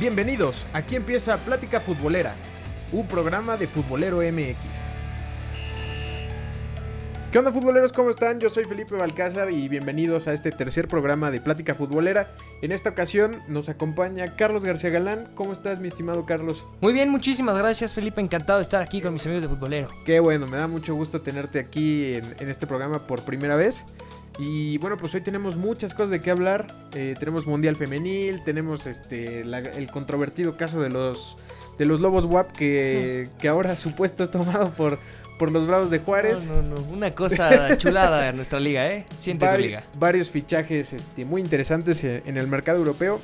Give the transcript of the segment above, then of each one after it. Bienvenidos, aquí empieza Plática Futbolera, un programa de Futbolero MX. ¿Qué onda futboleros? ¿Cómo están? Yo soy Felipe Balcázar y bienvenidos a este tercer programa de Plática Futbolera. En esta ocasión nos acompaña Carlos García Galán. ¿Cómo estás, mi estimado Carlos? Muy bien, muchísimas gracias Felipe, encantado de estar aquí con mis amigos de futbolero. Qué bueno, me da mucho gusto tenerte aquí en, en este programa por primera vez. Y bueno, pues hoy tenemos muchas cosas de qué hablar. Eh, tenemos Mundial Femenil, tenemos este la- el controvertido caso de los de los Lobos WAP que, que ahora supuesto es tomado por, por los Bravos de Juárez. No, no, no, una cosa chulada en nuestra liga, ¿eh? Siente tu Vari- liga. Varios fichajes este, muy interesantes eh, en el mercado europeo.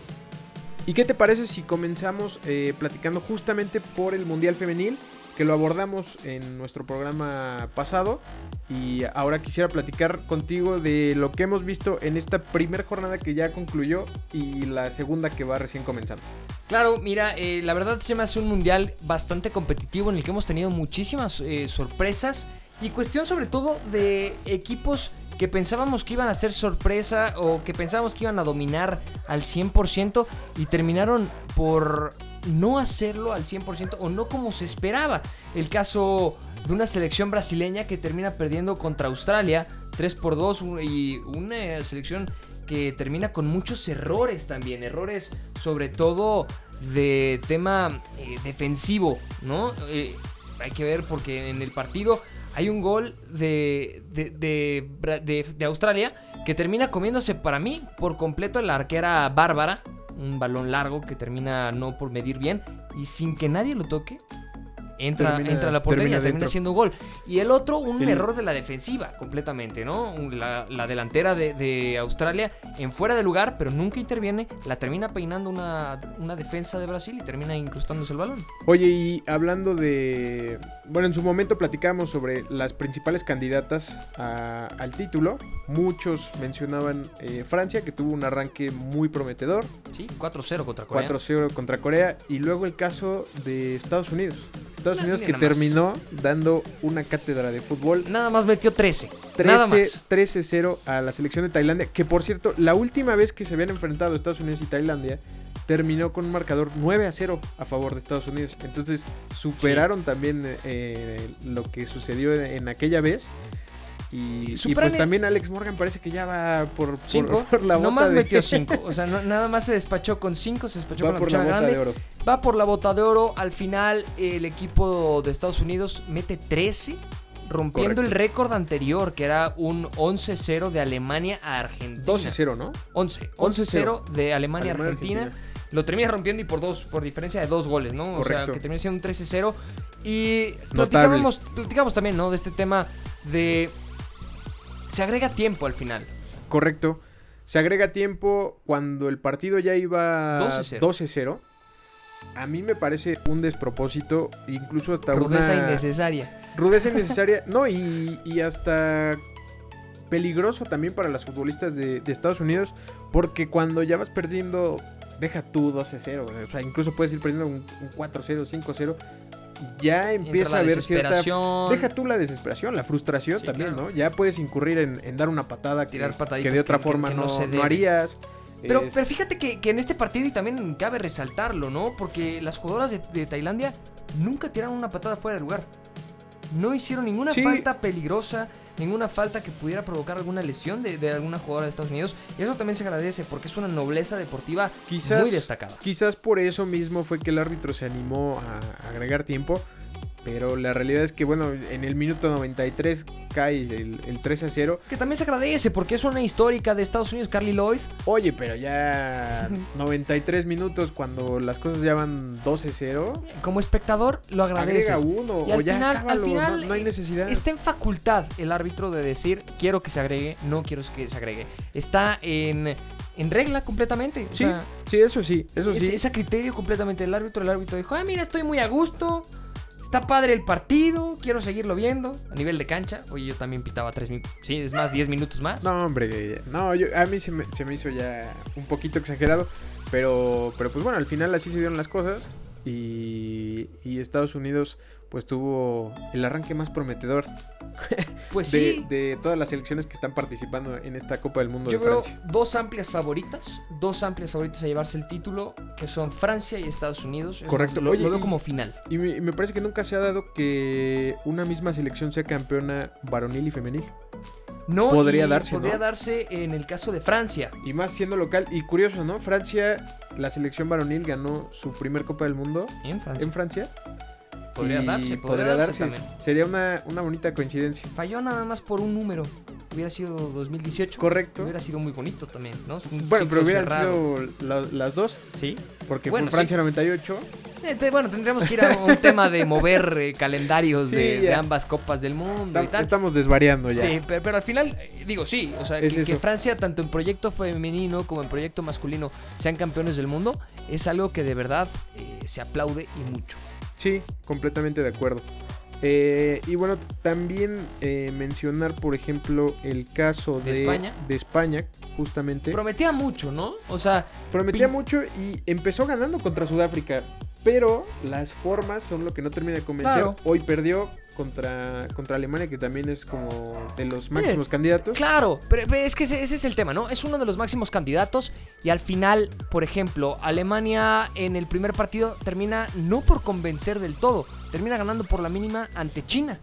¿Y qué te parece si comenzamos eh, platicando justamente por el Mundial Femenil? Que lo abordamos en nuestro programa pasado. Y ahora quisiera platicar contigo de lo que hemos visto en esta primera jornada que ya concluyó y la segunda que va recién comenzando. Claro, mira, eh, la verdad se me hace un mundial bastante competitivo en el que hemos tenido muchísimas eh, sorpresas y cuestión sobre todo de equipos que pensábamos que iban a ser sorpresa o que pensábamos que iban a dominar al 100% y terminaron por no hacerlo al 100% o no como se esperaba. El caso de una selección brasileña que termina perdiendo contra Australia 3 por 2 un- y una eh, selección que termina con muchos errores también, errores sobre todo de tema eh, defensivo, ¿no? Eh, hay que ver porque en el partido hay un gol de, de, de Bra- de- de Australia que termina comiéndose para mí por completo la arquera Bárbara, un balón largo que termina no por medir bien y sin que nadie lo toque. Entra, Termina- entra a la portería, termina termina, dentro. siendo gol. Y el otro, un El- error de la defensiva, completamente, ¿no? Un- La, la delantera de, de Australia en fuera de lugar, pero nunca interviene. La termina peinando una, una defensa de Brasil y termina incrustándose el balón. Oye, y hablando de... Bueno, en su momento platicamos sobre las principales candidatas a- al título. Muchos mencionaban eh, Francia, que tuvo un arranque muy prometedor. Sí, 4-0 contra Corea. 4-0 contra Corea. Y luego el caso de Estados Unidos. Estados No, Unidos que mira nada más. terminó dando una cátedra de fútbol Nada más metió 13. Nada 13 más. 13-0 a la selección de Tailandia. Que por cierto, la última vez que se habían enfrentado Estados Unidos y Tailandia terminó con un marcador 9 a 0 a favor de Estados Unidos. Entonces superaron también eh, lo que sucedió en, en aquella vez. Y, y Superan pues el- también Alex Morgan parece que ya va por, por- 5. por la bota Nomás de- metió 5. O sea, no- nada más se despachó con 5, se despachó va con la por la cuchara bota grande. de oro. Va por la bota de oro. Al final, el equipo de Estados Unidos mete 13, rompiendo Correcto. el récord anterior, que era un 11-0 de Alemania a Argentina. 12-0, ¿no? 11. 11-0. 11-0 de Alemania a Argentina. Lo termina rompiendo y por dos, por diferencia de dos goles, ¿no? O Correcto. sea, que termina siendo un 13-0. Y Notable. platicábamos, platicábamos también, ¿no? De este tema de. Se agrega tiempo al final. Correcto. Se agrega tiempo cuando el partido ya iba 12-0. 12-0. A mí me parece un despropósito, incluso hasta Rudeza una innecesaria. rudeza innecesaria. No, y, y hasta peligroso también para las futbolistas de, de Estados Unidos, porque cuando ya vas perdiendo, deja tú 12-0, o sea, incluso puedes ir perdiendo un, un 4-0, 5-0, ya Empieza empieza la a haber cierta... desesperación. Deja tú la desesperación, la frustración Sí, también, claro. ¿no? Ya puedes incurrir en, en dar una patada que- Tirar que, pataditas de otra que- que- forma que no no, se no deben. harías. Pero, Es- pero fíjate que, que en este partido, y también cabe resaltarlo, ¿no? Porque las jugadoras de, de Tailandia nunca tiraron una patada fuera de lugar. No hicieron ninguna Sí. falta peligrosa, ninguna falta que pudiera provocar alguna lesión de, de alguna jugadora de Estados Unidos. Y eso también se agradece porque es una nobleza deportiva Quizás- muy destacada. Quizás por eso mismo fue que el árbitro se animó a agregar tiempo. Pero la realidad es que, bueno, en el minuto 93 cae el, el 3 a 0. Que también se agradece porque es una histórica de Estados Unidos, Carly Lloyd. Oye, pero ya 93 minutos cuando las cosas ya van 12 a 0. Como espectador, lo agradeces. Agrega uno Y o al ya final- al acábalo, no- no, final, hay eh, necesidad. Está en facultad el árbitro de decir quiero que se agregue, no quiero que se agregue. Está en, en regla completamente. O Sí, sea, sí, eso sí, eso es, sí. es a criterio completamente del árbitro. El árbitro dijo, ah, mira, estoy muy a gusto. Está padre el partido, quiero seguirlo viendo. A nivel de cancha, oye, yo también pitaba tres minutos. Sí, es más, 10 minutos más. No, hombre, no, yo- a mí se me, se me hizo ya un poquito exagerado, pero, pero pues bueno, al final así se dieron las cosas. y, y Estados Unidos pues tuvo el arranque más prometedor Pues de, sí. de todas las selecciones que están participando en esta Copa del Mundo Yo de veo Francia. dos amplias favoritas, dos amplias favoritas a llevarse el título, que son Francia y Estados Unidos. Es más, Correcto. Lo, Oye, lo veo y- como final. Y me, me parece que nunca se ha dado que una misma selección sea campeona varonil y femenil. No, podría y darse, Podría ¿no? darse en el caso de Francia. Y más siendo local. Y curioso, ¿no? Francia, la selección varonil ganó su primer Copa del Mundo En ¿eh? Francia. en Francia. podría y darse, podría, darse, también. Sería una, una bonita coincidencia. Falló nada más por un número. Hubiera sido 2018. Correcto. Hubiera sido muy bonito también, ¿no? Un Bueno, ciclo pero hubieran cerrado. sido la- las dos. Sí. Porque Bueno, fue Francia 98. Eh, te- bueno, tendríamos que ir a un tema de mover eh, calendarios Sí, de, de ya. ambas copas del mundo Está- y tal. estamos desvariando ya. Sí, pero, pero al final, eh, digo, sí, o sea, Es que, que eso. Francia, tanto en proyecto femenino como en proyecto masculino, sean campeones del mundo, es algo que de verdad eh, se aplaude y mucho. Sí, completamente de acuerdo. Eh, y bueno, también eh, mencionar, por ejemplo, el caso ¿De de, España? de España, justamente. Prometía mucho, ¿no? O sea, Prometía Pin- mucho y empezó ganando contra Sudáfrica, pero las formas son lo que no termina de convencer. Claro. Hoy perdió contra, contra Alemania, que también es como de Eh, los máximos candidatos. claro, pero, pero es que ese, ese es el tema, ¿no? Es uno de los máximos candidatos y al final, por ejemplo, Alemania en el primer partido termina no por convencer del todo, termina ganando por la mínima ante China.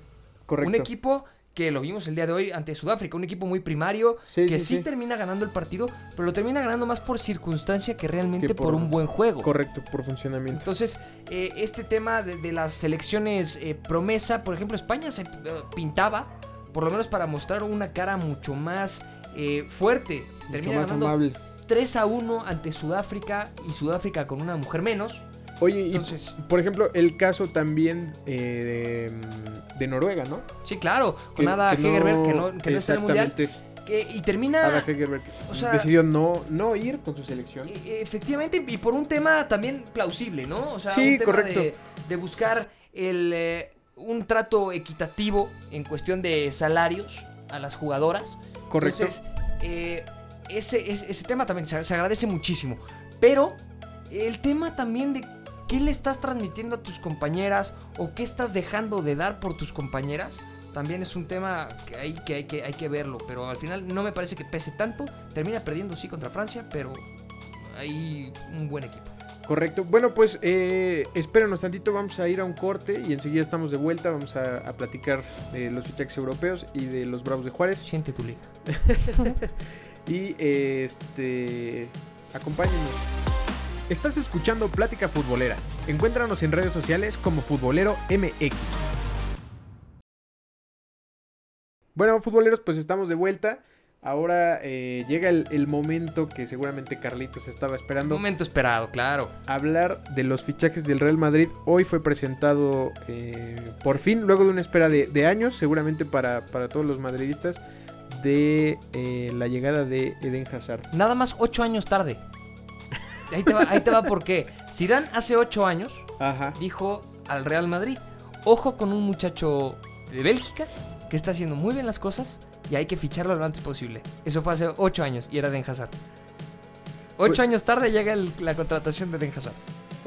Correcto. Un equipo que lo vimos el día de hoy ante Sudáfrica, un equipo muy primario, Sí, que sí, sí, sí. termina ganando el partido, pero lo termina ganando más por circunstancia que realmente Que por, por- un buen juego. Correcto, por funcionamiento. Entonces, eh, este tema de, de las selecciones eh, promesa, por ejemplo, España se eh, pintaba, por lo menos para mostrar una cara mucho más eh, fuerte. Mucho Termina más ganando amable. 3 a 1 ante Sudáfrica y Sudáfrica con una mujer menos. Oye, y Entonces, por ejemplo, el caso también eh, de, de Noruega, ¿no? sí, claro, con Ada Hegerberg, que no, que no está en el mundial. exactamente. que- y termina. Ada Hegerberg o sea- decidió no, no ir con su selección. E- Efectivamente, y por un tema también plausible, ¿no? O sea, Sí, un tema correcto. De, de buscar el, eh, un trato equitativo en cuestión de salarios a las jugadoras. Correcto. Entonces, eh, ese, ese, ese tema también se, se agradece muchísimo. Pero el tema también de qué le estás transmitiendo a tus compañeras o qué estás dejando de dar por tus compañeras. También es un tema que hay que, hay que, hay que verlo, pero al final no me parece que pese tanto. Termina perdiendo, sí, contra Francia, pero hay un buen equipo. Correcto. Bueno, pues eh, espérenos tantito, vamos a ir a un corte y enseguida estamos de vuelta, vamos a, a platicar de los fichajes europeos y de los Bravos de Juárez. Siente tu liga. Y eh, este, acompáñenos. Estás escuchando Plática Futbolera. Encuéntranos en redes sociales como Futbolero MX. Bueno, futboleros, pues estamos de vuelta. Ahora eh, llega el, el momento que seguramente Carlitos estaba esperando. Momento esperado, claro. Hablar de los fichajes del Real Madrid. Hoy fue presentado eh, por fin, luego de una espera de, de años, seguramente para, para todos los madridistas, de eh, la llegada de Eden Hazard. Nada más ocho años tarde. Ahí te va, ahí te va por qué. Zidane hace ocho años Ajá. dijo al Real Madrid, ojo con un muchacho de Bélgica que está haciendo muy bien las cosas y hay que ficharlo lo antes posible. Eso fue hace 8 años y era Den Hazard. 8 Pues- años tarde llega el- la contratación de Den Hazard.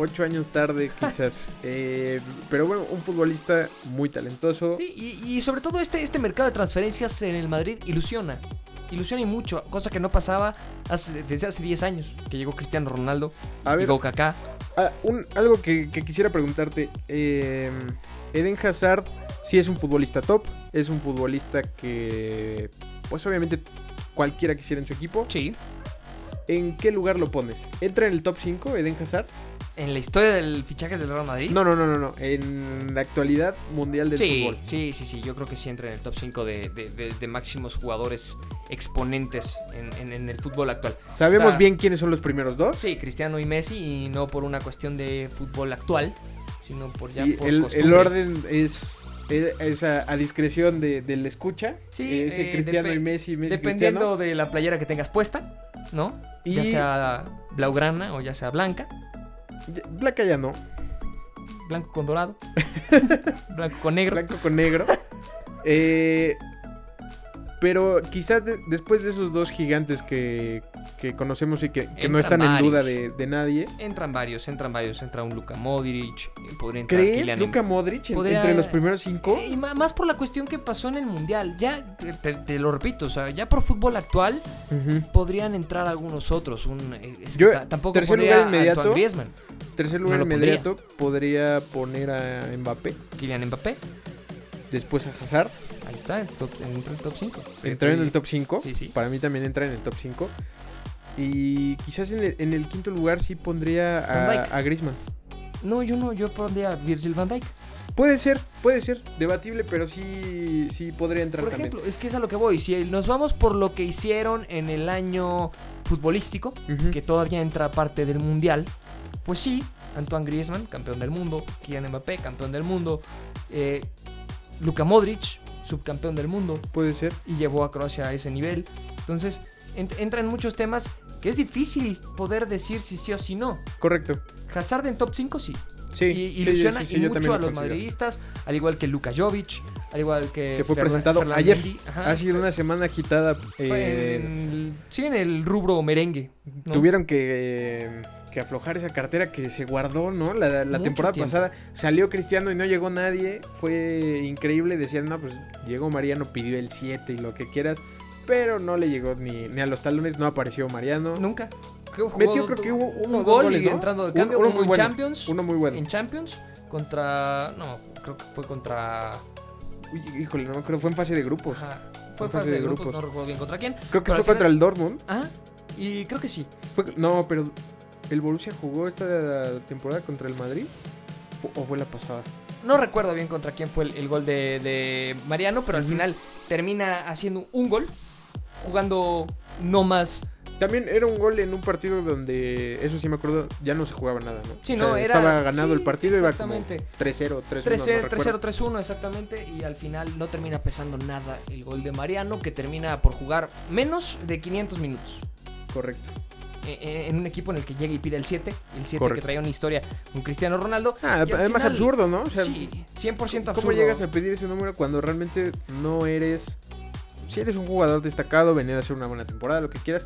Ocho años tarde, quizás. Eh, pero bueno, un futbolista muy talentoso. Sí, y, y sobre todo este, este mercado de transferencias en el Madrid ilusiona. Ilusiona y mucho, cosa que no pasaba hace- desde hace 10 años, que llegó Cristiano Ronaldo, A ver, llegó Kaká. Ah, un- algo que, que quisiera preguntarte. eh, Eden Hazard sí es un futbolista top. Es un futbolista que, pues obviamente cualquiera quisiera en su equipo. Sí. ¿En qué lugar lo pones? ¿Entra en el top 5 Eden Hazard? En la historia del fichajes del Real Madrid. No, no, no, no, no. En la actualidad mundial del sí, fútbol. Sí, sí, sí. Yo creo que sí entra en el top 5 de, de- de- de máximos jugadores exponentes en, en- en el fútbol actual. Sabemos Está- bien quiénes son los primeros dos. Sí, Cristiano y Messi, y no por una cuestión de fútbol actual, sino por ya y por el, el costumbre. orden es, es- es a, a discreción de- del escucha. Sí, Ese eh, Cristiano depe- y Messi, Messi Dependiendo Cristiano. de la playera que tengas puesta, ¿no? Ya Y- sea blaugrana o ya sea blanca, Ya- Blanca ya no. blanco con dorado, blanco con negro. Blanco con negro. Eh, pero quizás de- después de esos dos gigantes que, que conocemos y que, que Entran no están en duda varios. de, de nadie. Entran varios, entran varios. Entra un Luka Modric, eh, podría entrar ¿Crees Kylian Luka Modric en- Podría- entre los primeros cinco? Y ma- más por la cuestión que pasó en el Mundial. Ya, te, te- te lo repito, o sea, ya por fútbol actual Ujú. podrían entrar algunos otros. Un, eh, es que Yo, ta- tampoco tercer pondría lugar a inmediato. Antoine Griezmann, Tercer lugar No lo pondría. inmediato podría poner a Mbappé, Kylian Mbappé. después a Hazard. Ahí está, el top, entra en el top 5. Entró en el top 5. Sí, sí. Para mí también entra en el top 5. Y quizás en el, en el quinto lugar sí pondría Van a, Dijk. a Griezmann. No, yo no, yo pondría a Virgil van Dijk. Puede ser, puede ser. Debatible, pero sí, sí podría entrar Por también. ejemplo, es que es a lo que voy. Si nos vamos por lo que hicieron en el año futbolístico, Ujú. que todavía entra parte del mundial, pues sí, Antoine Griezmann, campeón del mundo, Kylian Mbappé, campeón del mundo, eh, Luka Modric, subcampeón del mundo, Puede ser. y llevó a Croacia a ese nivel. Entonces, ent- entra en muchos temas que es difícil poder decir si sí o si no. Correcto. Hazard en top 5 sí, Sí, y sí, ilusiona sí, sí, y yo mucho también a lo los considero. madridistas, al igual que Luka Jovic, al igual que... Que fue Fernan- presentado Fernan ayer. Mendy, ajá. Ha sido una semana agitada. Fue eh, en el- sí, en el rubro merengue. ¿no? Tuvieron que, eh, que aflojar esa cartera que se guardó, ¿no? La, la Mucho temporada tiempo. pasada salió Cristiano y no llegó nadie. Fue increíble. Decían, no, pues llegó Mariano, pidió el 7 y lo que quieras. Pero no le llegó ni, ni a los talones, no apareció Mariano. Nunca. Que jugó Metió dos- creo que hubo uno, o un dos gol goles, y ¿no? entrando de Un- cambio. uno Uno, muy en bueno, Champions. Uno muy bueno. En Champions contra. No, creo que fue contra. Uy, híjole, no creo, fue en fase de grupos. ajá, fue fase de grupos, no recuerdo bien contra quién. Creo que Pero fue al contra final- el Dortmund. Ajá, y creo que sí. Fue- no, pero el Borussia jugó esta temporada contra el Madrid. ¿O o fue la pasada? No recuerdo bien contra quién fue el, el gol de, de Mariano, pero al final termina haciendo un gol, jugando no más. También era un gol en un partido donde, eso sí me acuerdo, ya no se jugaba nada, ¿no? Sí, O sea, no, era- Estaba ganado el sí, partido, iba como exactamente. 3-0, 3-1. no 3-0, recuerdo. 3-1 exactamente y al final no termina pesando nada el gol de Mariano que termina por jugar menos de 500 minutos. Correcto. eh, eh, en un equipo en el que llega y pide el 7, el 7 que Correcto. traía una historia con Cristiano Ronaldo. Ah, y al además final, absurdo, ¿no? O sea, sí, 100% absurdo. ¿Cómo llegas a pedir ese número cuando realmente no eres... Si eres un jugador destacado, venía a hacer una buena temporada, lo que quieras,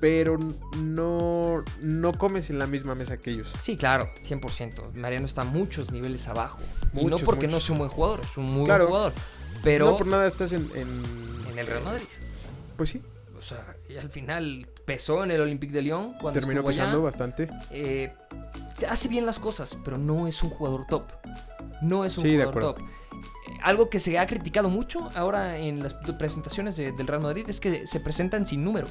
pero no, no comes en la misma mesa que ellos. Sí, claro, 100%. Mariano está muchos niveles abajo. y no Muchos, porque no muchos. sea un buen jugador, es un muy Claro. buen jugador. Pero No por nada estás en... en- en el Real Madrid. Pues sí, O sea, y al final pesó en el Olympique de Lyon cuando terminó estuvo allá. pesando bastante. eh, se hace bien las cosas, pero no es un jugador top. No es un Sí, de jugador acuerdo. top. Eh, Algo que se ha criticado mucho ahora en las presentaciones de- del Real Madrid es que se presentan sin número.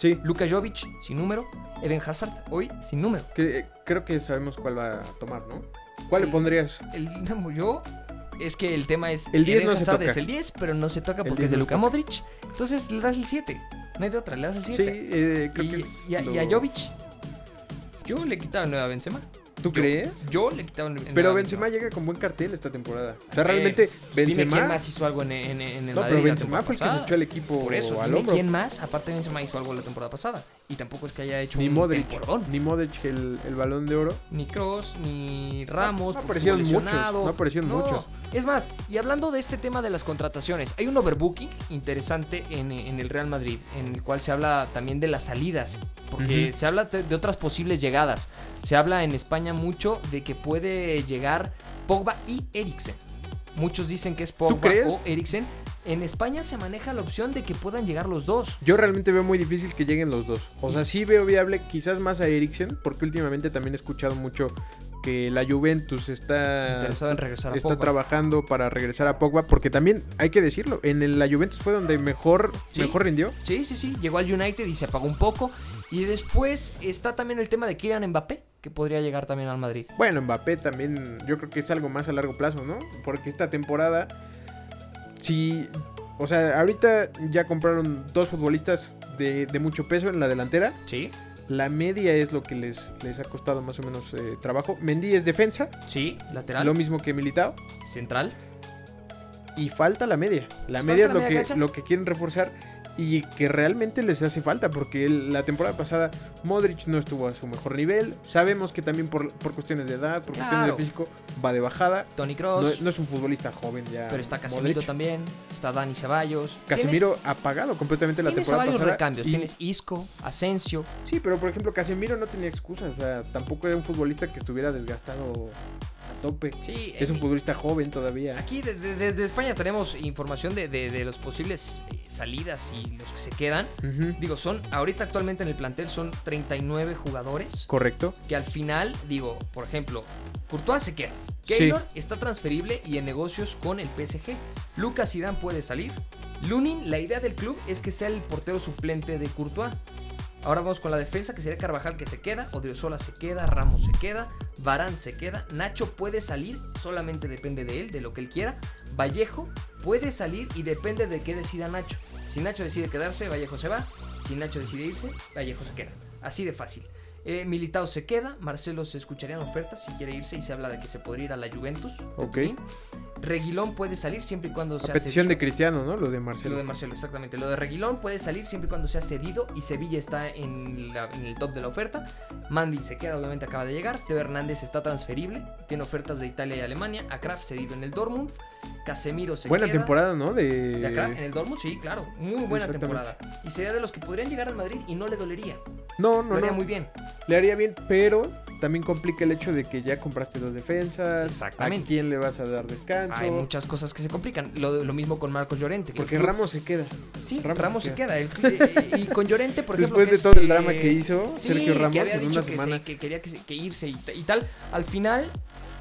Sí, Luka Jovic sin número, Eden Hazard hoy sin número. que, eh, creo que sabemos cuál va a tomar, ¿no? ¿Cuál le El- pondrías? El Dinamo yo es que el tema es El 10 Eden no se Hazard toca. es el 10, pero no se toca El porque 10 es de no se Luka toca. Modric, entonces le das el 7. No hay de otra, le das el Sí, 7. eh, creo y, que es y a, y a lo- Jovic yo le quitaba el 9 a Benzema. ¿Tú yo- crees? Yo le quitaba el 9 a Pero Benzema llega con buen cartel esta temporada. O sea, Eh, realmente Dime quién Benzema. más hizo algo en, en- en el No, Madrid pero la Benzema temporada fue el que se pasada. echó el equipo Por eso, al dime hombro. quién más, aparte de Benzema, hizo algo la temporada pasada. Y tampoco es que haya hecho Ni un Modric, temporadón. ni Modric el, el balón de oro. Ni Cross, ni Ramos, No porque aparecieron estuvo muchos, lesionado. no aparecieron muchos. Es más, y hablando de este tema de las contrataciones, hay un overbooking interesante en, en el Real Madrid, en el cual se habla también de las salidas, porque Ujú. se habla de, de otras posibles llegadas. Se habla en España mucho de que puede llegar Pogba y Eriksen. Muchos dicen que es Pogba crees? o Eriksen. En España se maneja la opción de que puedan llegar los dos. Yo realmente veo muy difícil que lleguen los dos. O sea, sí veo viable quizás más a Eriksen, porque últimamente también he escuchado mucho que la Juventus está, Interesado en regresar a Ah, está Pogba. trabajando para regresar a Pogba, porque también hay que decirlo, en el- la Juventus fue donde mejor, Sí. mejor rindió. Sí, sí, sí. Llegó al United y se apagó un poco. Y después está también el tema de Kylian Mbappé, que podría llegar también al Madrid. Bueno, Mbappé también, yo creo que es algo más a largo plazo, ¿no? Porque esta temporada, si, o sea, ahorita ya compraron dos futbolistas de, de mucho peso en la delantera. Sí, La media es lo que les, les ha costado más o menos eh, trabajo. Mendy es defensa, sí. Lateral, lo mismo que Militao. central. Y falta la media. La Falta media es la lo media que, cancha. lo que quieren reforzar. y que realmente les hace falta, porque el- la temporada pasada Modric no estuvo a su mejor nivel. Sabemos que también por, por cuestiones de edad, por cuestiones Claro. de físico, va de bajada. Tony No, Cross, no es un futbolista joven ya. pero está Casemiro Modric. también, está Dani Ceballos. Casemiro apagado completamente la Tienes, tienes temporada a varios pasada. recambios, y- tienes Isco, Asensio, Sí, pero por ejemplo, Casemiro no tenía excusas. O sea, tampoco era un futbolista que estuviera desgastado a tope. sí, Es eh, un futbolista joven todavía. Aquí de- de- desde España tenemos información de, de- de los posibles eh, salidas y los que se quedan. Ujú, Digo, son, ahorita actualmente en el plantel son 39 jugadores Correcto. que al final, digo, por ejemplo, Courtois se queda. Keylor está transferible y en negocios con el PSG. Lucas Zidane puede salir. Lunin, la idea del club es que sea el portero suplente de Courtois. Ahora vamos con la defensa, que sería Carvajal que se queda, Odriozola se queda, Ramos se queda, Barán se queda, Nacho puede salir, solamente depende de él, de lo que él quiera. Vallejo puede salir y depende de qué decida Nacho. Si Nacho decide quedarse, Vallejo se va. Si Nacho decide irse, Vallejo se queda. Así de fácil. Eh, Militao se queda, Marcelo se escucharían ofertas si quiere irse y se habla de que se podría ir a la Juventus. de Ok. Turín. Reguilón puede salir siempre y cuando A sea petición de Cristiano, ¿no? Lo de Marcelo. lo de Marcelo, exactamente. Lo de Reguilón puede salir siempre y cuando sea cedido y Sevilla está en, la- en el top de la oferta. Mandy se queda, obviamente acaba de llegar. Teo Hernández está transferible, tiene ofertas de Italia y Alemania. Akraf cedido en el Dortmund. Casemiro se Buena queda. temporada, ¿no? De... De eh, Akraf en el Dortmund, sí, claro. Muy buena Exactamente. temporada. Y sería de los que podrían llegar al Madrid y no le dolería. No, Lo no, haría no. muy bien. Le haría bien, pero también complica el hecho de que ya compraste dos defensas. Exactamente. ¿A quién le vas a dar descanso? Hay muchas cosas que se complican. Lo, lo mismo con Marcos Llorente. que Porque el club- Ramos se queda. sí, Ramos, Ramos se se queda. El- y, y con Llorente, por ejemplo. Después que de es, todo el eh, drama que hizo Sí, Sergio que Ramos había en dicho una que semana. se- que quería que, se- que irse y, ta- y tal. Al final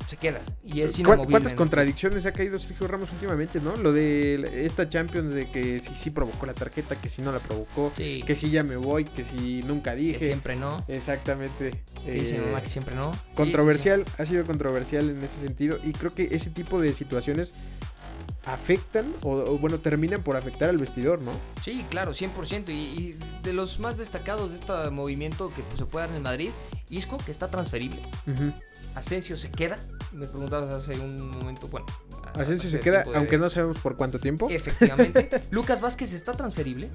se queda y es ¿Cuán- inamovible. ¿Cuántas ¿no? contradicciones ha caído Sergio Ramos últimamente, no? Lo de la- esta Champions de que si sí provocó la tarjeta, que si no la provocó, Sí, que si ya me voy, que si nunca que dije. siempre no. Exactamente. Que dice Eh, mi mamá que siempre no. Sí, sí, sí. controversial, ha sido controversial en ese sentido y creo que ese tipo de situaciones afectan o, o, bueno, terminan por afectar al vestidor, ¿no? Sí, claro, 100%. Y, y de los más destacados de este movimiento que pues, se puede dar en Madrid, Isco, que está transferible. Asensio se queda. Me preguntabas hace un momento, bueno. Asensio se hace queda, tiempo de- Eh, aunque no sabemos por cuánto tiempo. Efectivamente. Lucas Vázquez está transferible.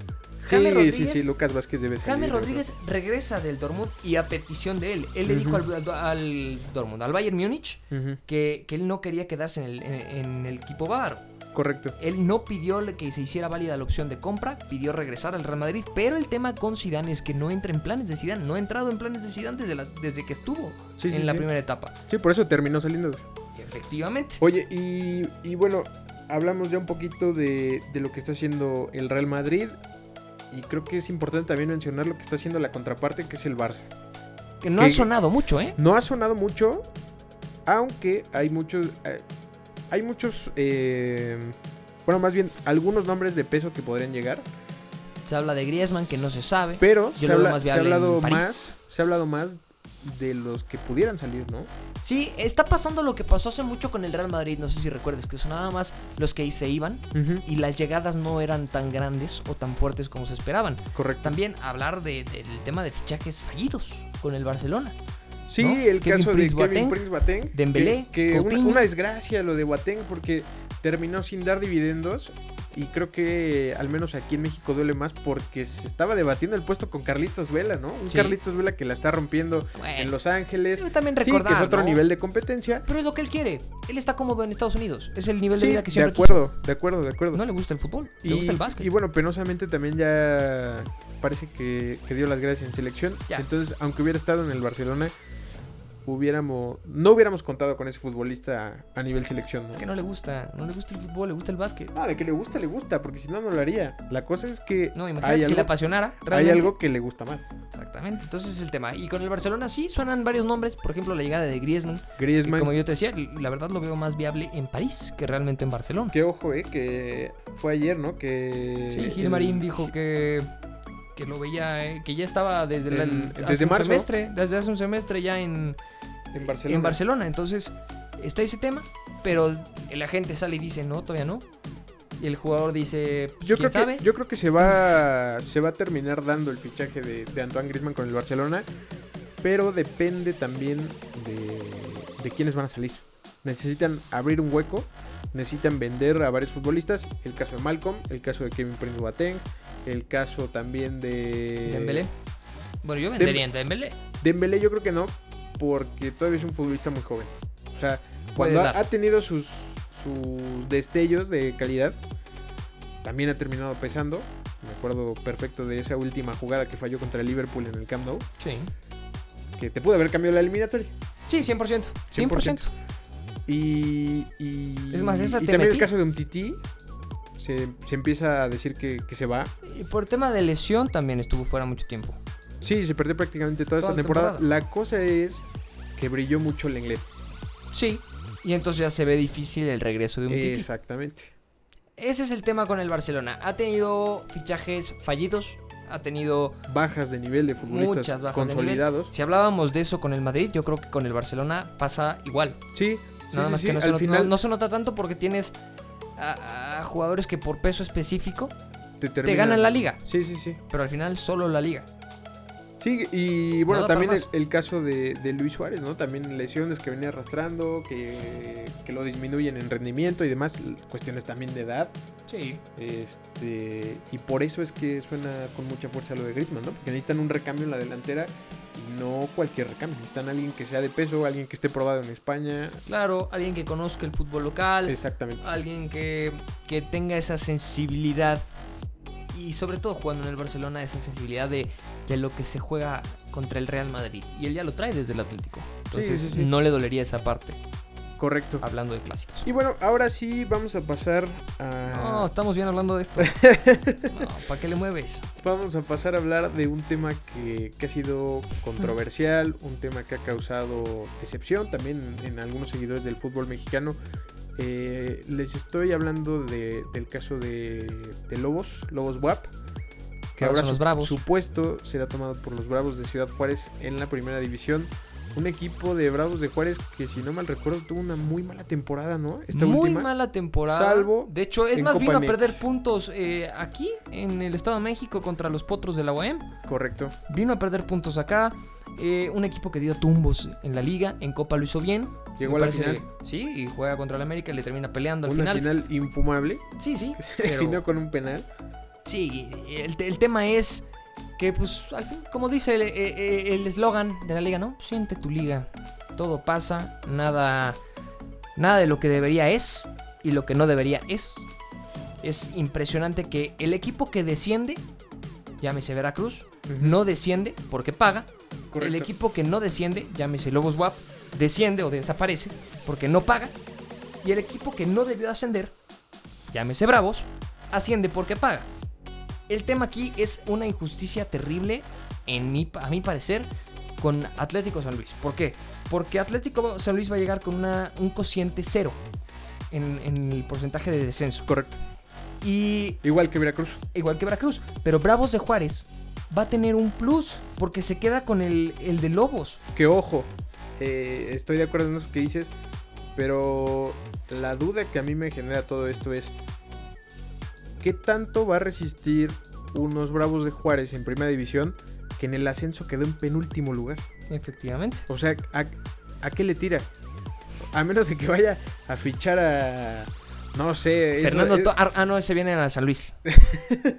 James Sí, Rodríguez, sí, sí, Lucas Vázquez debe salir. James yo creo. Rodríguez regresa del Dortmund y a petición de él. Él le dijo al, al, al Dortmund, al Bayern Múnich, Ujú, que, que él no quería quedarse en el, en, en el equipo bávaro. Correcto. Él no pidió le- que se hiciera válida la opción de compra, pidió regresar al Real Madrid, pero el tema con Zidane es que no entra en planes de Zidane, no ha entrado en planes de Zidane desde, la- desde que estuvo Sí, en sí, la sí. primera etapa. Sí, por eso terminó saliendo. Efectivamente. Oye, y, y bueno, hablamos ya un poquito de, de lo que está haciendo el Real Madrid. Y creo que es importante también mencionar lo que está haciendo la contraparte, que es el Barça. Que no que- ha sonado mucho, ¿eh? No ha sonado mucho, aunque hay muchos. eh, hay muchos. eh, bueno, más bien, algunos nombres de peso que podrían llegar. Se habla de Griezmann, que no se sabe. Pero Yo se, lo veo habla- más se ha viable en hablado París. más. Se ha hablado más de los que pudieran salir, ¿no? Sí, está pasando lo que pasó hace mucho con el Real Madrid, no sé si recuerdes, que son nada más los que se iban y las llegadas no eran tan grandes o tan fuertes como se esperaban. Correcto. También hablar de- del tema de fichajes fallidos con el Barcelona. Sí, ¿no? el Kevin caso de Prince-Boateng, Kevin Prince Boateng. Dembélé, Que, que una, Coutinho. una desgracia lo de Boateng porque terminó sin dar dividendos. Y creo que al menos aquí en México duele más porque se estaba debatiendo el puesto con Carlitos Vela, ¿no? Un Sí. Carlitos Vela que la está rompiendo en Bueno, Los Ángeles. debe también Sí, que recordar, es otro ¿no? nivel de competencia. Pero es lo que él quiere. Él está cómodo en Estados Unidos. Es el nivel de Sí, vida que de siempre acuerdo, de acuerdo, de acuerdo. quiso. No le gusta el fútbol, le gusta el básquet. y bueno, penosamente también ya parece que, que dio las gracias en selección. Ya. Entonces, aunque hubiera estado en el Barcelona, hubiéramos no hubiéramos contado con ese futbolista a nivel selección. ¿no? Es que no le gusta, no le gusta el fútbol, le gusta el básquet. Ah, de que le gusta, le gusta, porque si no, no lo haría. La cosa es que No, imagínate hay, si le algo, apasionara. hay realmente. algo que le gusta más. Exactamente, entonces es el tema. Y con el Barcelona sí suenan varios nombres, por ejemplo la llegada de Griezmann, que Griezmann, como yo te decía, la verdad lo veo más viable en París que realmente en Barcelona. que ojo, eh, que fue ayer, ¿no? Que Sí, el- Gilmarín dijo que, que lo veía, eh, que ya estaba desde, la- En- hace desde un marzo. semestre, desde hace un semestre ya en, en Barcelona. en Barcelona. Entonces está ese tema, pero la gente sale y dice, no, todavía no. Y el jugador dice, Yo creo, ¿quién sabe? que, yo creo que se va, se va a terminar dando el fichaje de, de Antoine Grisman con el Barcelona, pero depende también de, de quiénes van a salir. Necesitan abrir un hueco, necesitan vender a varios futbolistas, el caso de Malcolm, el caso de Kevin Prince Boateng, El caso también de. Dembélé. Bueno, yo vendería en Dembélé. Dembélé yo creo que no, porque todavía es un futbolista muy joven. O sea, Puede cuando ha- dar. ha tenido sus, sus destellos de calidad, también ha terminado pesando. Me acuerdo perfecto de esa última jugada que falló contra el Liverpool en el Camp Nou, Sí. que te pudo haber cambiado la eliminatoria. Sí, 100%. 100%. 100%. Y, y- Es más, esa y te también metí. el caso de un tití. Se, se empieza a decir que, que se va. Y por tema de lesión también estuvo fuera mucho tiempo. Sí, se perdió prácticamente toda esta Toda la temporada. temporada. La cosa es que brilló mucho el inglés. Sí. Y entonces ya se ve difícil el regreso de un Titi. Exactamente. Ese es el tema con el Barcelona. Ha tenido fichajes fallidos, ha tenido Bajas de nivel de futbolistas muchas bajas De consolidados. nivel. Si hablábamos de eso con el Madrid, yo creo que con el Barcelona pasa igual. Sí, sí, Nada sí, más sí. que no se, Al not- final no- no se nota tanto porque tienes a, a jugadores que por peso específico, te, terminan- ganan la liga. Sí, sí, sí. pero al final solo la liga. Sí, y bueno, No da para también el, más. el caso de, de Luis Suárez, ¿no? También lesiones que venía arrastrando, que, que lo disminuyen en rendimiento y demás. Cuestiones también de edad. Sí. Este, y por eso es que suena con mucha fuerza lo de Griezmann, ¿no? Porque necesitan un recambio en la delantera y no cualquier recambio. Necesitan alguien que sea de peso, alguien que esté probado en España. Claro, alguien que conozca el fútbol local, Exactamente. alguien que, que tenga esa sensibilidad y sobre todo jugando en el Barcelona esa sensibilidad de, de lo que se juega contra el Real Madrid. Y él ya lo trae desde el Atlético. Entonces sí, sí. no le dolería esa parte, Correcto. hablando de clásicos. Y bueno, ahora sí vamos a pasar No, a. estamos bien hablando de esto. No, ¿Para qué le mueves? Vamos a pasar a hablar de un tema que, que ha sido controversial, un tema que ha causado decepción también en, en algunos seguidores del fútbol mexicano. Eh, les estoy hablando de- del caso de, de Lobos, Lobos WAP, que Ahora ahora son los su, Bravos. su puesto será tomado por los Bravos de Ciudad Juárez en la primera división. Un equipo de Bravos de Juárez que, si no mal recuerdo, tuvo una muy mala temporada, ¿no? Esta Muy última. mala temporada. salvo de hecho, es en más, Copa vino a MX. perder puntos eh, aquí, en el Estado de México, contra los potros de la UAM. Correcto. Vino a perder puntos acá. eh, un equipo que dio tumbos en la liga, en Copa lo hizo bien. Llegó Me a la parece final. que- sí, y juega contra el América y le termina peleando al Una final. final infumable Sí, sí. que se pero- definió con un penal. sí, el, te- el tema es que, pues, al fin, como dice el- eh, eh, el eslogan de la liga, ¿no? Siente tu liga. Todo pasa, nada, nada de lo que debería es y lo que no debería es. Es impresionante que el equipo que desciende, llámese Veracruz, no desciende porque paga, Correcto. el equipo que no desciende, llámese Lobos WAP, desciende o desaparece porque no paga. Y el equipo que no debió ascender, llámese Bravos, asciende porque paga. El tema aquí es una injusticia terrible, en mi, a mi parecer, con Atlético San Luis. ¿Por qué? Porque Atlético San Luis va a llegar con una- un cociente cero en, en el porcentaje de descenso. Correcto. Y Igual que Veracruz. igual que Veracruz. Pero Bravos de Juárez va a tener un plus porque se queda con el, el de Lobos. Que ojo, eh, estoy de acuerdo en lo que dices, pero la duda que a mí me genera todo esto es, ¿qué tanto va a resistir unos Bravos de Juárez en primera división que en el ascenso quedó en penúltimo lugar? Efectivamente. O sea, ¿a, a qué le tira? A menos de que vaya a fichar a... No sé, es- Fernando es- To- ah, ah, no, ese viene a San Luis.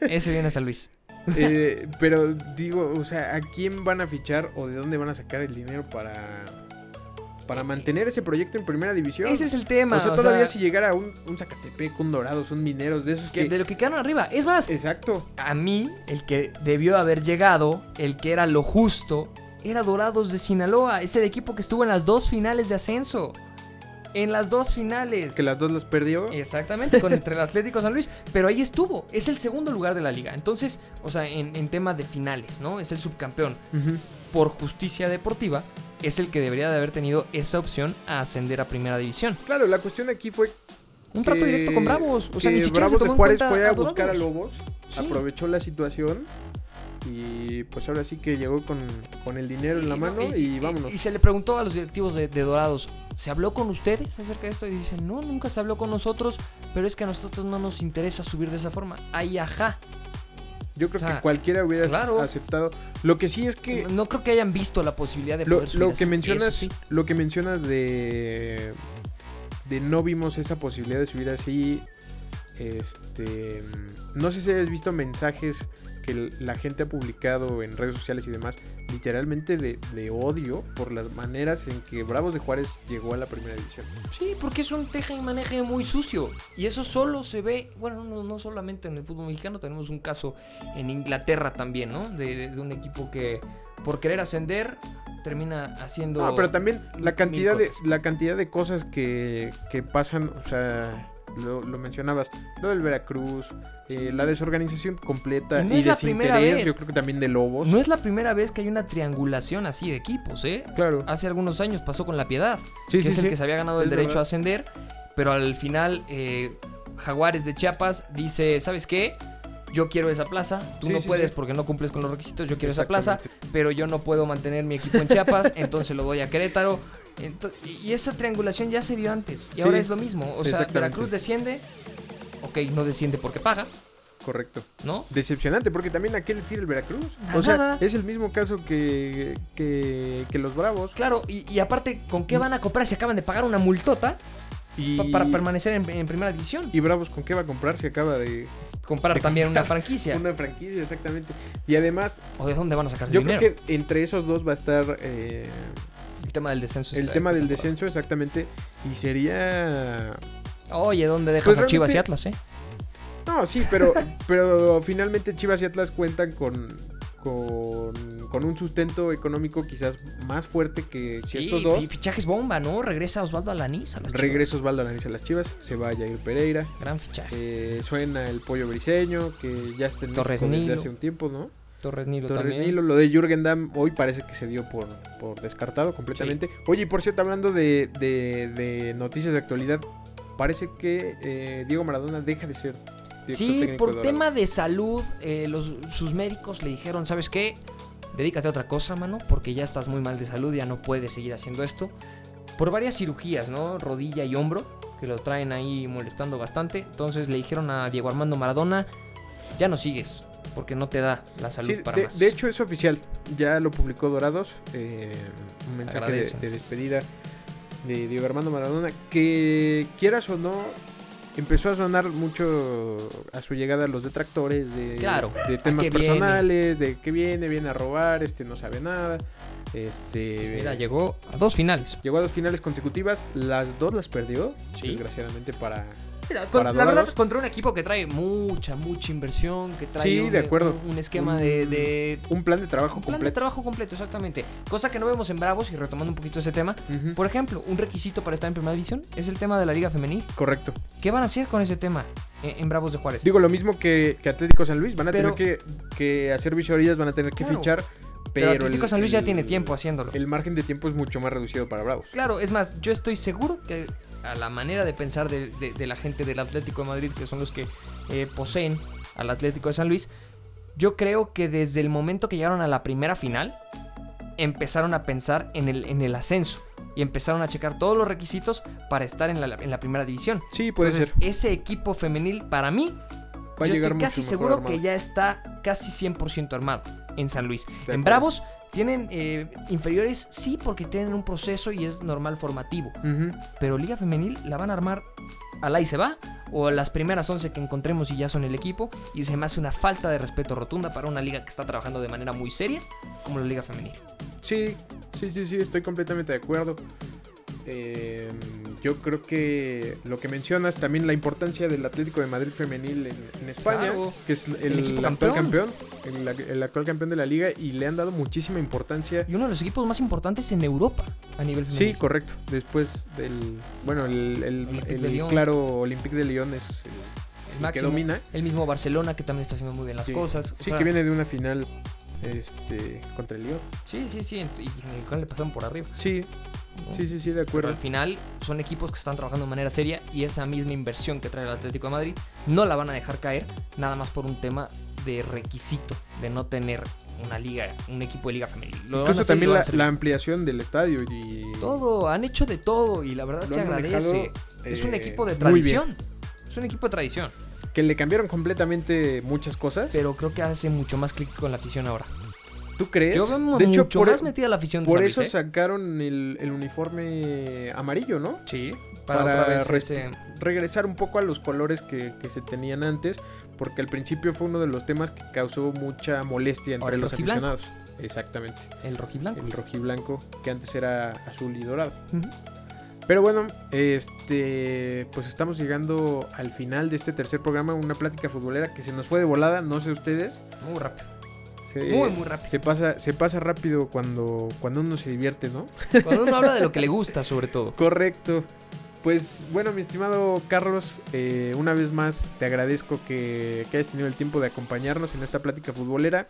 ese viene a San Luis. eh, pero digo, o sea, ¿a quién van a fichar o de dónde van a sacar el dinero para, para mantener ese proyecto en primera división? Ese es el tema. O sea, o pues, todavía si sea, llegara un, un Zacatepec, un Dorados, un Mineros, de esos que que... de lo que quedaron arriba. Es más, Exacto. a mí, el que debió haber llegado, el que era lo justo, era Dorados de Sinaloa. Es el equipo que estuvo en las dos finales de ascenso. En las dos finales. Que las dos las perdió. Eh. Exactamente, con entre el Atlético San Luis, pero ahí estuvo, es el segundo lugar de la liga. Entonces, o sea, en, en tema de finales, ¿no? Es el subcampeón Ujú. por justicia deportiva, es el que debería de haber tenido esa opción a ascender a primera división. Claro, la cuestión aquí fue... Un trato que- directo con Bravos, o sea, ni que siquiera se Bravos tomó de en Juárez cuenta fue a, Dorados. buscar a Lobos, Sí. aprovechó la situación y pues ahora sí que llegó con, con el dinero en la Y no, mano y, vámonos. Y se le preguntó a los directivos de, de Dorados, ¿se habló con ustedes acerca de esto? Y dicen, no, nunca se habló con nosotros, pero es que a nosotros no nos interesa subir de esa forma. Ay, ajá. Yo creo o sea, que cualquiera hubiera claro. aceptado. Lo que sí es que... No creo que hayan visto la posibilidad de Lo, poder subir lo así, que eso mencionas, sí. lo que mencionas de de no vimos esa posibilidad de subir así Este, no sé si has visto mensajes que l- la gente ha publicado en redes sociales y demás, literalmente de, de odio por las maneras en que Bravos de Juárez llegó a la primera división. Sí, porque es un teje y maneje muy sucio. Y eso solo se ve, bueno, no, no solamente en el fútbol mexicano, tenemos un caso en Inglaterra también, ¿no? De, de- de un equipo que por querer ascender termina haciendo... No, Ah, pero también la mil cantidad de, cosas. la cantidad de cosas que, que pasan, o sea, lo, lo mencionabas, lo del Veracruz, eh, la desorganización completa Y y, no es la primera desinterés, vez. yo creo que también de Lobos. No es la primera vez que hay una triangulación así de equipos, ¿eh? Claro. Hace algunos años pasó con La Piedad, Sí, que sí, es el sí. que se había ganado el Es derecho verdad. a ascender, pero al final eh, Jaguares de Chiapas dice, ¿sabes qué? Yo quiero esa plaza, tú Sí, no sí, puedes sí. porque no cumples con los requisitos, yo quiero esa plaza, Exactamente. pero yo no puedo mantener mi equipo en Chiapas, entonces lo doy a Querétaro. Ento- y esa triangulación ya se dio antes, y Sí, ahora es lo mismo. O sea, exactamente. Veracruz desciende, ok, no desciende porque paga, Correcto. ¿no? Decepcionante, porque también a qué le tira el Veracruz. Nada. O sea, es el mismo caso que, que, que los Bravos. Claro, y, y aparte, ¿con qué van a comprar si acaban de pagar una multota Mm. Y, pa- para permanecer en, en primera división? y Bravos, ¿con qué va a comprar si acaba de comprar de también una franquicia. una franquicia? Exactamente. Y además, ¿O de dónde van a sacar yo dinero? creo que entre esos dos va a estar eh, el tema del descenso. el está- tema está del complicado. descenso, exactamente. Y sería. Oye, ¿dónde dejas Pues a Chivas y realmente- Atlas, eh? No, sí, pero, pero finalmente Chivas y Atlas cuentan con. Con, con un sustento económico quizás más fuerte que, que Sí, estos dos. fi- fichajes bomba, ¿no? Regresa Osvaldo Alanís a las Chivas. Regresa Osvaldo Alaniz a las Chivas, se va Jair Pereira, Gran fichaje. eh, suena el pollo briseño, que ya está en Torres México desde Nilo. hace un tiempo, ¿no? Torres Nilo Torres también. Nilo, lo de Jürgen Damm hoy parece que se dio por, por descartado completamente. Oye, y por cierto, hablando de, de- de noticias de actualidad, parece que eh, Diego Maradona deja de ser director Sí, técnico de por Dorados. tema de salud, eh, los, sus médicos le dijeron, ¿sabes qué? Dedícate a otra cosa, mano, porque ya estás muy mal de salud, ya no puedes seguir haciendo esto. Por varias cirugías, ¿no? Rodilla y hombro, que lo traen ahí molestando bastante. Entonces le dijeron a Diego Armando Maradona, ya no sigues, porque no te da la salud Sí, para de, más. de hecho es oficial, ya lo publicó Dorados, eh, un mensaje de, Agradecen. de despedida de Diego Armando Maradona, que quieras o no, empezó a sonar mucho a su llegada los detractores de, Claro, de temas qué viene? personales, de que viene, viene a robar, este no sabe nada, este... Mira, eh, llegó a dos finales. Llegó a dos finales consecutivas, las dos las perdió, Sí. desgraciadamente para... Mira, con- Para la Dorados. verdad, contra un equipo que trae mucha, mucha inversión, que trae Sí, un, de acuerdo. un, un esquema de- Un- de Un plan de trabajo Un plan de completo. trabajo completo, exactamente. Cosa que no vemos en Bravos, y retomando un poquito ese tema. Ujú, Por ejemplo, un requisito para estar en primera división es el tema de la Liga Femenil. Correcto. ¿Qué van a hacer con ese tema en, en Bravos de Juárez? Digo, lo mismo que, que Atlético San Luis. Van a Pero- tener que, que hacer visorías, van a tener que Claro. fichar. Pero, Pero Atlético el- San Luis ya el- tiene tiempo haciéndolo. El margen de tiempo es mucho más reducido para Bravos. Claro, es más, yo estoy seguro que a la manera de pensar de, de- de la gente del Atlético de Madrid, que son los que eh, poseen al Atlético de San Luis, yo creo que desde el momento que llegaron a la primera final, empezaron a pensar en el, en el ascenso y empezaron a checar todos los requisitos para estar en la, en la primera división. Sí, puede Entonces, ser. ese equipo femenil, para mí, Va a yo llegar estoy casi mucho mejor seguro armado. que ya está casi 100% armado en San Luis. acuerdo. en Bravos tienen eh, inferiores, sí, porque tienen un proceso y es normal formativo. Ujú. Pero Liga Femenil la van a armar al ahí se va, o a las primeras 11 que encontremos y ya son el equipo. Y se me hace una falta de respeto rotunda para una liga que está trabajando de manera muy seria, como la Liga Femenil. Sí, sí, sí, sí, estoy completamente de acuerdo. Eh, yo creo que lo que mencionas también la importancia del Atlético de Madrid femenil en, en España, Claro. que es el, El equipo actual campeón. campeón, el, el actual campeón de la liga y le han dado muchísima importancia Y uno de los equipos más importantes en Europa a nivel femenil. Sí, correcto. Después del. Bueno, el, el- Olympique el de Lyon. claro Olympique de Lyon es el, El el que máximo. domina. El mismo Barcelona que también está haciendo muy bien las Sí. cosas. O Sí, sea, que viene de una final este, contra el Lyon. Sí, sí, sí. ent- Y en el cual le pasaron por arriba. Sí, ¿no? sí, sí, sí, de Oh. Pero acuerdo. al final son equipos que están trabajando de manera seria y esa misma inversión que trae el Atlético de Madrid no la van a dejar caer nada más por un tema de requisito de no tener una liga, un equipo de liga femenil. Lo van a Incluso hacer y también lo van a la, hacer la bien. ampliación del estadio y. todo, han hecho de todo y la verdad lo se han agradece. manejado, es un eh, equipo de muy bien. tradición. Es un equipo de tradición, Que le cambiaron completamente muchas cosas. pero creo que hace mucho más clic con la afición ahora. ¿Tú crees? Yo veo de hecho, mucho por, e- más metida la afición de por San eso Luis, ¿eh? sacaron el, el uniforme amarillo, ¿no? Sí, para, para otra vez res- ese- Regresar un poco a los colores que, que se tenían antes, porque al principio fue uno de los temas que causó mucha molestia entre Ahora el los rojiblanco. aficionados. Exactamente. el rojiblanco. El rojiblanco, que antes era azul y dorado. Pero bueno, este, pues estamos llegando al final de este tercer programa, una plática futbolera que se nos fue de volada, no sé ustedes. Muy rápido. Se, Muy, muy rápido. Se pasa, se pasa rápido cuando, cuando uno se divierte, ¿no? Cuando uno habla de lo que le gusta, sobre todo. Correcto. Pues bueno, mi estimado Carlos, eh, una vez más te agradezco que, que hayas tenido el tiempo de acompañarnos en esta plática futbolera.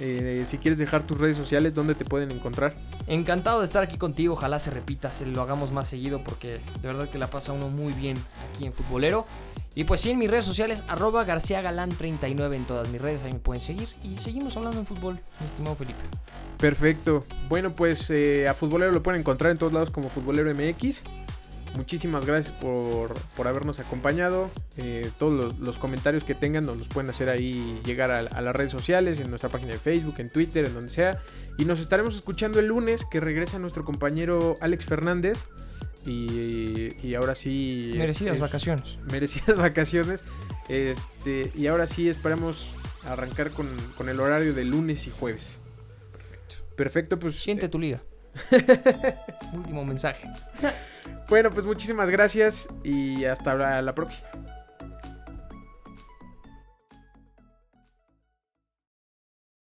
Eh, si quieres dejar tus redes sociales, ¿dónde te pueden encontrar? Encantado de estar aquí contigo, ojalá se repita, se lo hagamos más seguido porque de verdad que la pasa uno muy bien aquí en Futbolero. Y pues sí, en mis redes sociales, arroba García Galán 39 en todas mis redes, ahí me pueden seguir. Y seguimos hablando en fútbol, mi estimado Felipe. Perfecto. Bueno, pues eh, a Futbolero lo pueden encontrar en todos lados como Futbolero MX. Muchísimas gracias por, por habernos acompañado. Eh, todos los, los comentarios que tengan nos los pueden hacer ahí llegar a, a las redes sociales, en nuestra página de Facebook, en Twitter, en donde sea. Y nos estaremos escuchando el lunes que regresa nuestro compañero Alex Fernández. Y, y ahora sí... este, Merecidas es- vacaciones. merecidas vacaciones. Este, y ahora sí esperamos arrancar con, con el horario de lunes y jueves. Perfecto. Perfecto, pues. Siente tu liga. Último mensaje. eh, bueno, pues muchísimas gracias y hasta la- la próxima.